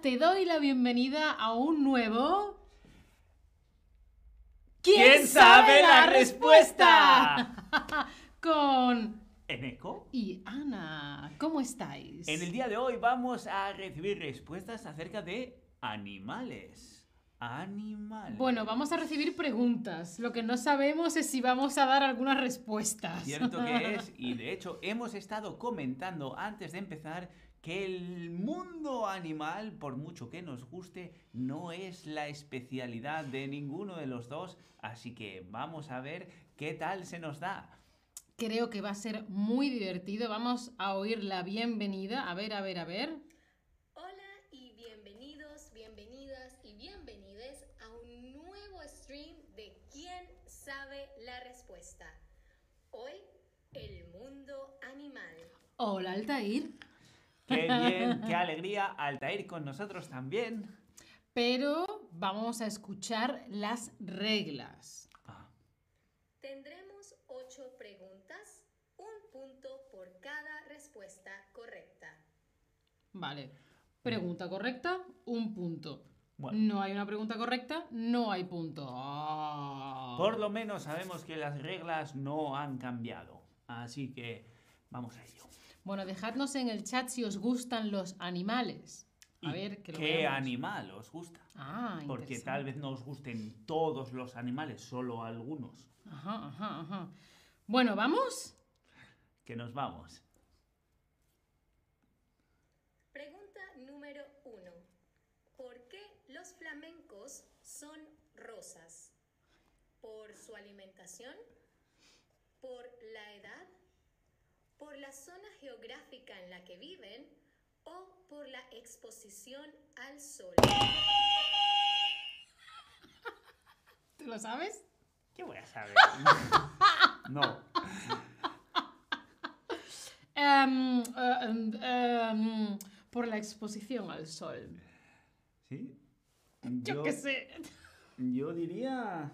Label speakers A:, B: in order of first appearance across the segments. A: te doy la bienvenida a un nuevo...
B: ¿Quién sabe la respuesta?
A: Con...
B: ¿En eco?
A: Y Ana, ¿cómo estáis?
B: En el día de hoy vamos a recibir respuestas acerca de animales. Animales.
A: Bueno, vamos a recibir preguntas. Lo que no sabemos es si vamos a dar algunas respuestas.
B: Cierto que es, y de hecho hemos estado comentando antes de empezar que el mundo animal, por mucho que nos guste, no es la especialidad de ninguno de los dos, así que vamos a ver qué tal se nos da.
A: Creo que va a ser muy divertido. Vamos a oír la bienvenida. A ver, a ver, a ver.
C: Hola y bienvenidos, bienvenidas y bienvenides a un nuevo stream de ¿Quién sabe la respuesta? Hoy, el mundo animal.
A: Hola, Altair.
B: Qué bien, qué alegría, Altair con nosotros también.
A: Pero vamos a escuchar las reglas.
B: Ah,
C: Tendremos ocho preguntas, un punto por cada respuesta correcta.
A: Vale. Pregunta correcta, un punto.
B: Bueno.
A: No hay una pregunta correcta, no hay punto. Ah.
B: por lo menos sabemos que las reglas no han cambiado, así que vamos a ello.
A: Bueno, dejadnos en el chat si os gustan los animales. A
B: ¿Y
A: ver, que lo
B: ¿Qué
A: veamos.
B: animal os gusta?
A: Ah,
B: Porque
A: interesante.
B: tal vez no os gusten todos los animales, solo algunos.
A: Ajá, ajá, ajá. Bueno, ¿vamos?
B: Que nos vamos.
C: Pregunta número uno. ¿Por qué los flamencos son rosas? ¿Por su alimentación? ¿Por la edad? ¿Por la zona geográfica en la que viven? ¿O por la exposición al sol?
A: ¿Tú lo sabes?
B: ¿Qué voy a saber? no.
A: Em, eh, em, em, por la exposición al sol.
B: ¿Sí?
A: Yo, qué sé.
B: Yo diría.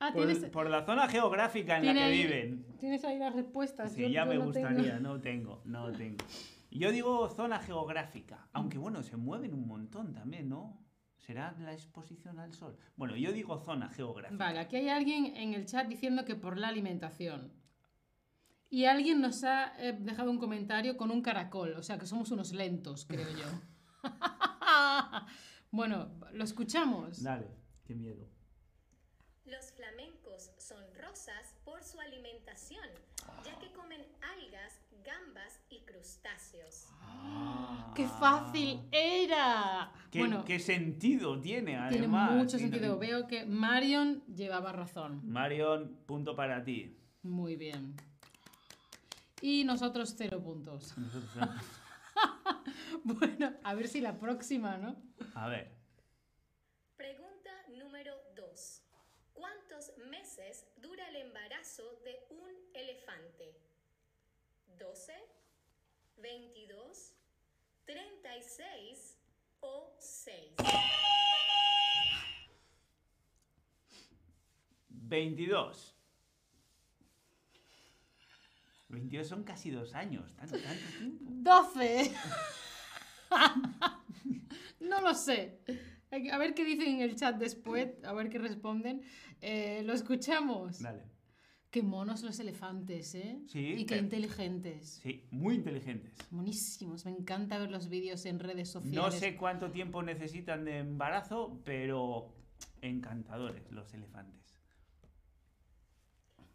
A: Ah,
B: Por,
A: tienes,
B: por la zona geográfica en la
A: tiene
B: que
A: ahí-
B: viven.
A: tienes ahí las respuestas.
B: Sí,
A: Yo-
B: ya
A: yo
B: me
A: no tengo.
B: gustaría, no tengo, no tengo. Yo digo zona geográfica, aunque bueno, se mueven un montón también, ¿no? ¿Será la exposición al sol? Bueno, yo digo zona geográfica.
A: Vale, aquí hay alguien en el chat diciendo que por la alimentación. Y alguien nos ha eh, dejado un comentario con un caracol, o sea que somos unos lentos, creo yo. bueno, lo escuchamos.
B: Dale, qué miedo.
C: Los flamencos son rosas por su alimentación, ya que comen algas, gambas y crustáceos.
A: ¡Qué fácil era!
B: Ah. ¿Qué,
A: bueno,
B: qué sentido tiene, además?
A: tiene mucho
B: Y no-
A: sentido. Veo que Marion llevaba razón.
B: Marion, punto para ti.
A: Muy bien. Y nosotros cero puntos. bueno, a ver si la próxima, ¿no?
B: A ver,
C: Pregunta número 2. ¿Cuántos meses dura el embarazo de un elefante? ¿12, 22, 36 o 6?
B: 22. 22 son casi dos años, tanto, tanto tiempo.
A: 12. no lo sé. Hay que- A ver qué dicen en el chat después, a ver qué responden. Eh, lo escuchamos.
B: Dale.
A: Qué monos los elefantes, ¿eh?
B: Sí,
A: Y qué
B: pero-
A: inteligentes.
B: Sí, muy inteligentes.
A: Buenísimos. Me encanta ver los vídeos en redes sociales.
B: No sé cuánto tiempo necesitan de embarazo, pero encantadores los elefantes.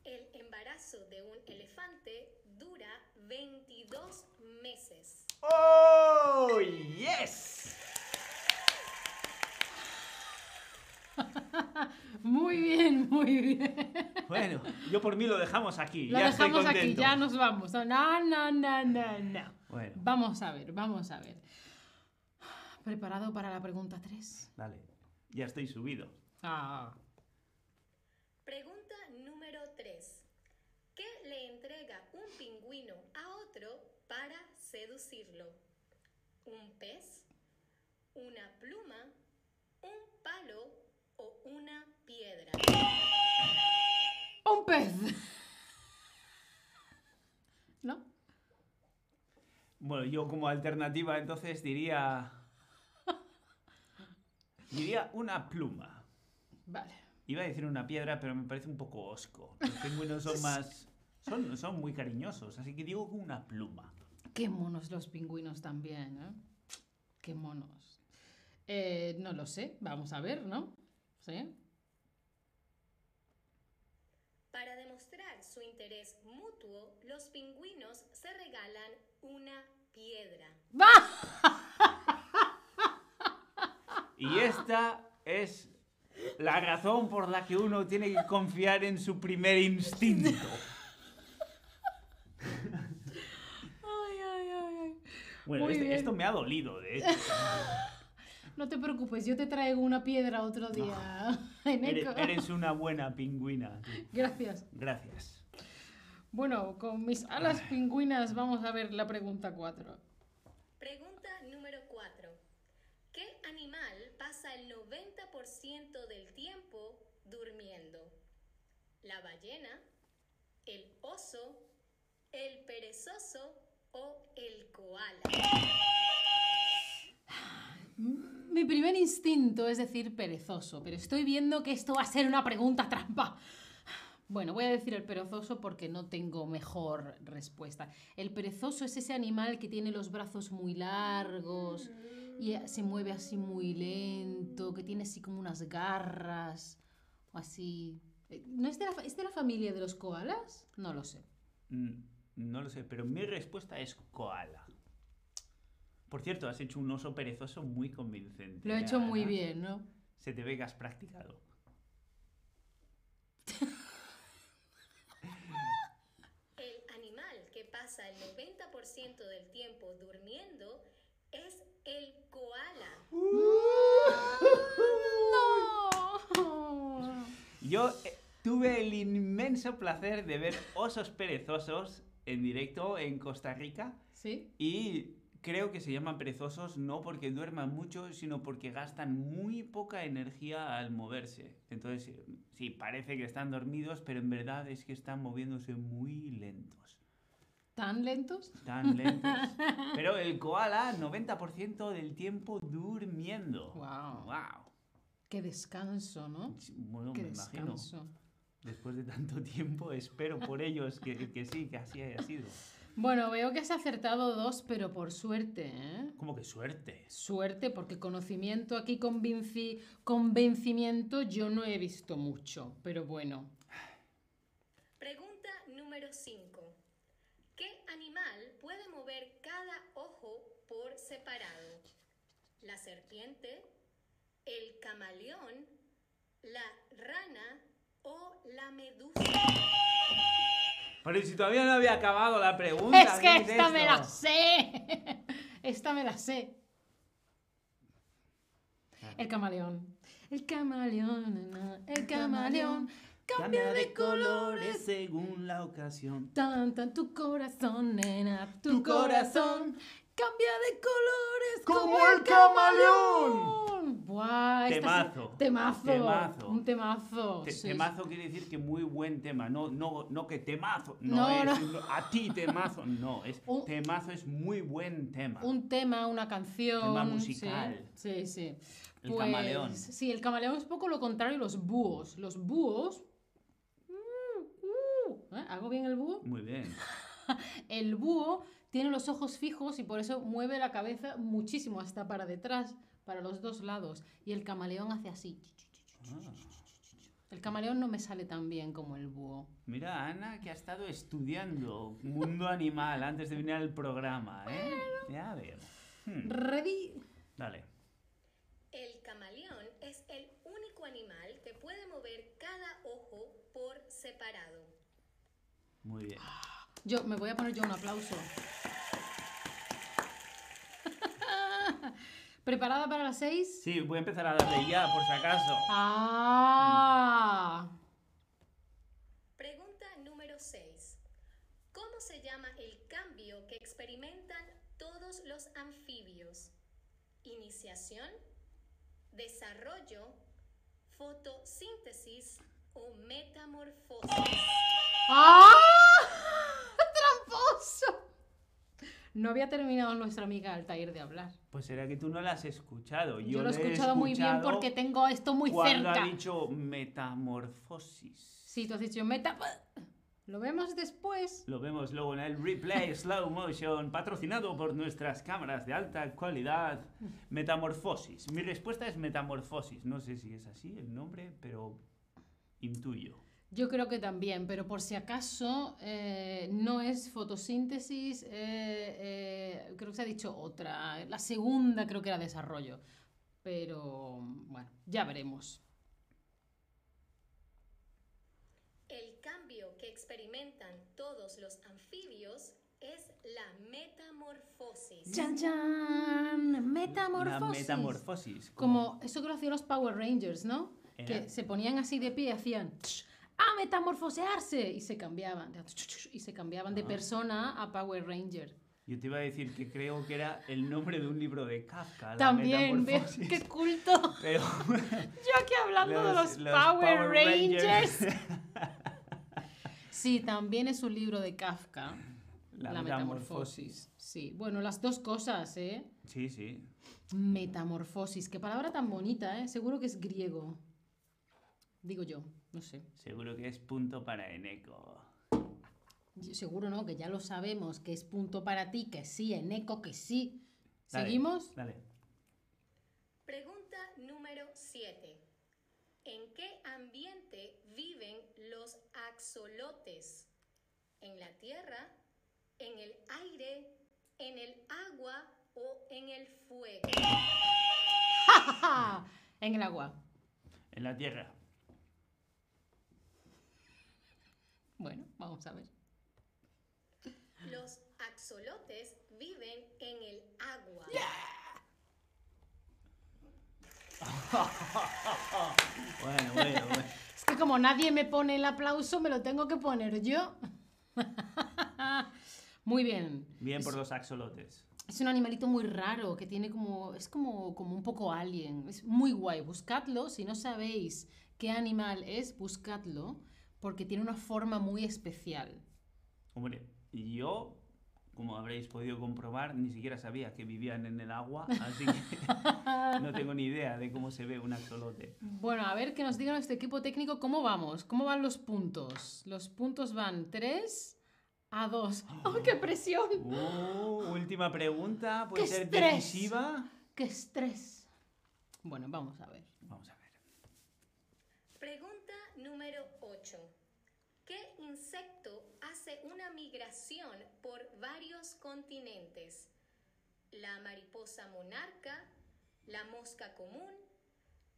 C: El embarazo de un elefante dura 22 meses.
B: ¡Oh, yes!
A: Muy bien, muy bien.
B: Bueno, yo por mí lo dejamos aquí.
A: Lo
B: ya
A: dejamos
B: estoy
A: aquí,
B: contento.
A: ya nos vamos. No, no, no, no, no.
B: Bueno,
A: Vamos a ver, vamos a ver. ¿Preparado para la pregunta 3?
B: dale. Ya estoy subido.
A: Ah.
C: Pregunta número 3. ¿Qué le entrega un pingüino a otro para seducirlo? ¿Un pez? ¿Una pluma? ¿Un palo o una piedra?
A: Un pez. ¿No?
B: Bueno, yo como alternativa entonces diría Diría una pluma.
A: Vale.
B: Iba a decir una piedra, pero me parece un poco osco. Los pingüinos son más. Son, son muy cariñosos, así que digo una pluma.
A: Qué monos los pingüinos también, ¿eh? Qué monos. Eh, no lo sé, vamos a ver, ¿no? ¿Sí?
C: Para demostrar su interés mutuo, los pingüinos se regalan una piedra.
B: Y esta es la razón por la que uno tiene que confiar en su primer instinto.
A: Ay, ay, ay, ay.
B: Bueno,
A: Muy
B: este-
A: bien.
B: esto me ha dolido, de hecho.
A: No te preocupes, yo te traigo una piedra otro día, Eneco.
B: Eres, eres una buena pingüina. tú.
A: Gracias.
B: Gracias.
A: Bueno, con mis alas pingüinas vamos a ver la pregunta 4.
C: Pregunta número 4. ¿Qué animal pasa el 90% del tiempo durmiendo? ¿La ballena, el oso, el perezoso o el koala?
A: Mi primer instinto es decir perezoso, pero estoy viendo que esto va a ser una pregunta trampa. Bueno, voy a decir el perezoso porque no tengo mejor respuesta. El perezoso es ese animal que tiene los brazos muy largos y eh, se mueve así muy lento, que tiene así como unas garras o así. Eh, ¿No es de la, fa- es de la familia de los koalas? No lo sé.
B: Mm, No lo sé, pero mi respuesta es koala. Por cierto, has hecho un oso perezoso muy convincente.
A: Lo he hecho muy
B: Ana.
A: bien, ¿no?
B: Se te ve que has practicado.
C: El animal que pasa el 90% del tiempo durmiendo es el koala.
A: ¡No!
B: Yo eh, tuve el inmenso placer de ver osos perezosos en directo en Costa Rica
A: ¿Sí?
B: y creo que se llaman perezosos no porque duerman mucho, sino porque gastan muy poca energía al moverse. Entonces, eh, sí, parece que están dormidos, pero en verdad es que están moviéndose muy lentos.
A: ¿Tan lentos?
B: Tan lentos. Pero el koala, 90% del tiempo durmiendo.
A: Wow.
B: Wow.
A: Qué descanso, ¿no?
B: Sí, Bueno,
A: Qué
B: me imagino.
A: descanso.
B: Después de tanto tiempo, espero por ellos que, que sí, que así haya sido.
A: Bueno, veo que has acertado dos, pero por suerte, ¿eh?
B: Como que suerte.
A: Suerte, porque conocimiento aquí, convinci- convencimiento, yo no he visto mucho, pero bueno.
C: Pregunta número 5. ¿Qué animal puede mover cada ojo por separado? ¿La serpiente, el camaleón, la rana o la medusa?
B: Pero si todavía no había acabado la pregunta.
A: es que
B: ¿qué
A: esta me
B: esto?
A: la sé. esta me la sé. El camaleón. El camaleón, na, na, el camaleón. Cambia de colores.
B: según la ocasión.
A: Tan, tan, tu corazón, nena, tu,
B: Tu
A: corazón.
B: corazón.
A: Cambia de colores
B: Como el camaleón.
A: Buah, esta sí-
B: Temazo.
A: temazo.
B: Temazo.
A: Un temazo.
B: Te-
A: Oh, sí.
B: Temazo quiere decir que muy buen tema, no, no, no que temazo, no,
A: No,
B: es
A: no.
B: no, a ti temazo, no, es
A: Un-
B: temazo es muy buen tema.
A: Un tema, una canción.
B: Tema musical.
A: Sí, sí. sí.
B: El camaleón.
A: Sí, el camaleón es poco lo contrario a los búhos. Los búhos. mm, ¿Eh? ¿Hago bien el búho?
B: Muy bien.
A: El búho tiene los ojos fijos y por eso mueve la cabeza muchísimo, hasta para detrás, para los dos lados. Y el camaleón hace así.
B: Ah.
A: El camaleón no me sale tan bien como el búho.
B: Mira, Ana, que ha estado estudiando mundo animal antes de venir al programa, ¿eh? Ya veo. Hmm,
A: Ready.
B: Dale.
C: El camaleón es el único animal que puede mover cada ojo por separado.
B: Muy bien.
A: Yo me voy a poner yo un aplauso. ¿Preparada para las seis?
B: Sí, voy a empezar a darle ya, por si acaso.
A: ¡Ah!
B: Hmm.
C: Pregunta número 6. ¿Cómo se llama el cambio que experimentan todos los anfibios? ¿Iniciación? ¿Desarrollo? ¿Fotosíntesis o metamorfosis?
A: ¡Ah! ¡Tramposo! No había terminado nuestra amiga Altair de hablar.
B: Pues será que tú no la has escuchado.
A: Yo, lo he
B: la
A: escuchado, muy bien
B: escuchado
A: porque tengo esto muy
B: cuando
A: cerca.
B: ha dicho metamorfosis.
A: Sí, tú has dicho meta. Lo vemos después.
B: Lo vemos luego en el replay slow motion, patrocinado por nuestras cámaras de alta calidad. Metamorfosis. Mi respuesta es metamorfosis. No sé si es así el nombre, pero intuyo.
A: Yo creo que también, pero por si acaso eh, no es fotosíntesis, eh, eh, creo que se ha dicho otra. La segunda creo que era desarrollo. Pero bueno, ya veremos.
C: El cambio que experimentan todos los anfibios es la metamorfosis.
A: ¡Chan, chan!
B: La
A: Metamorfosis.
B: metamorfosis.
A: Como eso que lo hacían los Power Rangers, ¿no?
B: Era.
A: Que se ponían así de pie y hacían "Tsh, ¡A metamorfosearse! Y se cambiaban. de- Y se cambiaban de
B: Ah.
A: persona a Power Ranger.
B: Yo te iba a decir que creo que era el nombre de un libro de Kafka. la
A: También, ve-
B: metamorfosis.
A: ¡Qué culto!
B: Pero
A: Yo aquí hablando de los,
B: los
A: Power,
B: Power
A: Rangers.
B: Rangers.
A: sí, también es un libro de Kafka.
B: La
A: La, metamorfosis. Sí, bueno, las dos cosas, ¿eh?
B: Sí, sí.
A: Metamorfosis, qué palabra tan bonita, ¿eh? Seguro que es griego. Digo yo, no sé.
B: Seguro que es punto para Eneco.
A: Yo- Seguro no, que ya lo sabemos, que es punto para ti, que sí, Eneco, que sí.
B: Dale,
A: ¿Seguimos?
B: Dale.
C: Pregunta número 7. ¿En qué ambiente viven los axolotes? ¿En la tierra? ¿En el aire? ¿En el agua o en el fuego?
A: ¡Ja! En el agua.
B: En la tierra.
A: Bueno, vamos a ver.
C: Los axolotes viven en el agua.
B: Bueno, bueno, bueno.
A: Es que como nadie me pone el aplauso, me lo tengo que poner yo. Muy bien.
B: Bien por los axolotes.
A: Es un animalito muy raro que tiene como. Es como, como un poco alien. Es muy guay. Buscadlo. Si no sabéis qué animal es, buscadlo. Porque tiene una forma muy especial.
B: Hombre, yo, como habréis podido comprobar, ni siquiera sabía que vivían en el agua, así que no tengo ni idea de cómo se ve un axolote.
A: Bueno, a ver que nos diga nuestro equipo técnico cómo vamos. ¿Cómo van los puntos? Los puntos van 3 a 2. ¡Oh, qué presión!
B: Uh, última pregunta, puede
A: ¡Qué
B: ser
A: estrés!
B: decisiva.
A: ¡Qué estrés! Bueno, vamos a ver.
B: Vamos a ver.
C: Pregunta número 8. ¿Qué insecto hace una migración por varios continentes? ¿La mariposa monarca? ¿La mosca común?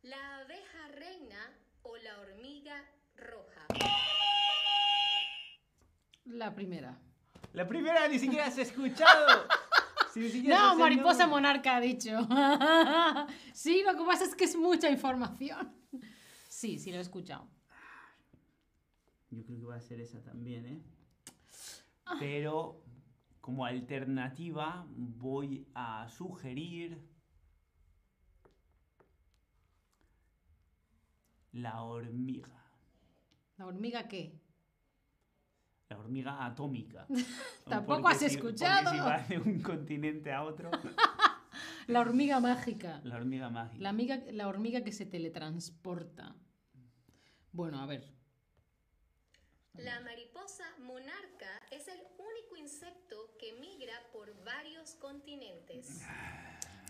C: ¿La abeja reina o la hormiga roja?
A: La primera.
B: La primera ni siquiera has escuchado. Si ni siquiera
A: No,
B: has
A: mariposa
B: nombre.
A: monarca ha dicho. sí, lo que pasa es que es mucha información. Sí, sí, lo he escuchado.
B: Yo creo que va a ser esa también, ¿eh?
A: Ah.
B: Pero como alternativa voy a sugerir la hormiga.
A: ¿La hormiga qué?
B: La hormiga atómica.
A: Tampoco
B: Porque
A: has
B: si- porque
A: escuchado.
B: Si va de un continente a otro.
A: La hormiga mágica.
B: La hormiga mágica.
A: La, amiga, la hormiga que se teletransporta. Bueno, a ver.
C: La mariposa monarca es el único insecto que migra por varios continentes.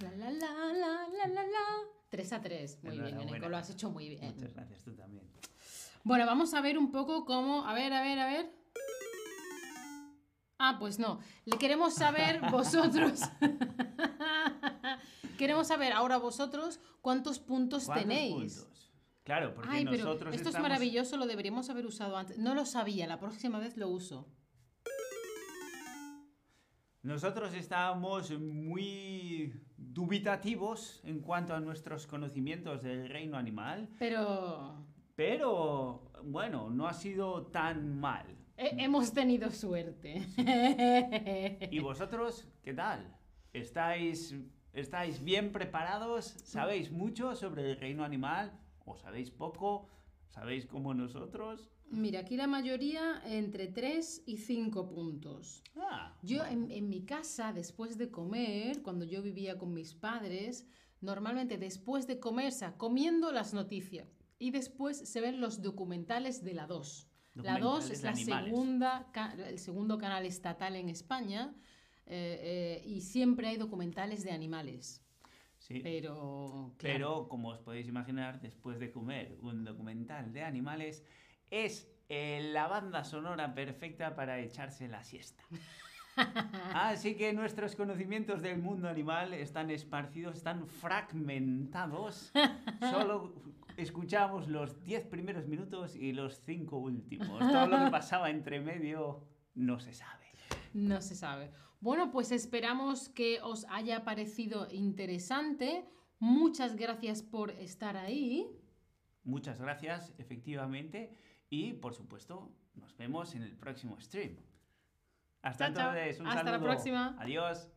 A: La, la, la, la, la, la, la. 3 a 3. Muy bien,
B: Enhorabuena.
A: Eneco, lo has hecho muy bien.
B: Muchas gracias, tú también.
A: Bueno, vamos a ver un poco cómo. A ver, a ver, a ver. Ah, pues no. Le queremos saber vosotros. queremos saber ahora vosotros cuántos puntos
B: ¿Cuántos
A: tenéis.
B: puntos? Claro, porque
A: Ay, pero esto
B: nosotros
A: es
B: estamos-
A: maravilloso, lo deberíamos haber usado antes. No lo sabía, la próxima vez lo uso.
B: Nosotros estábamos muy dubitativos en cuanto a nuestros conocimientos del reino animal,
A: Pero
B: pero bueno, no ha sido tan mal.
A: he- hemos tenido suerte.
B: ¿Y vosotros qué tal? ¿Estáis, ¿Estáis bien preparados? ¿Sabéis mucho sobre el reino animal? ¿O sabéis poco? ¿Sabéis como nosotros?
A: Mira, aquí la mayoría entre 3 y 5 puntos.
B: Ah,
A: Yo en, en mi casa, después de comer, cuando yo vivía con mis padres, normalmente después de comer, sa- comiendo las noticias. Y después se ven los documentales de la 2. La 2
B: Documentales
A: es
B: de
A: la
B: animales.
A: segunda, ca- el segundo canal estatal en España. eh, eh, y siempre hay documentales de animales.
B: sí.
A: Pero. claro,
B: Pero, como os podéis imaginar, después de comer un documental de animales, es eh, la banda sonora perfecta para echarse la siesta. Así que nuestros conocimientos del mundo animal están esparcidos, están fragmentados. Solo escuchamos los 10 primeros minutos y los 5 últimos. Todo lo que pasaba entre medio no se sabe.
A: No se sabe. Bueno, pues esperamos que os haya parecido interesante. Muchas gracias por estar ahí.
B: Muchas gracias, efectivamente. Y por supuesto, nos vemos en el próximo stream. Hasta
A: Chao, chao.
B: entonces, un
A: Hasta la
B: saludo.
A: próxima.
B: Adiós.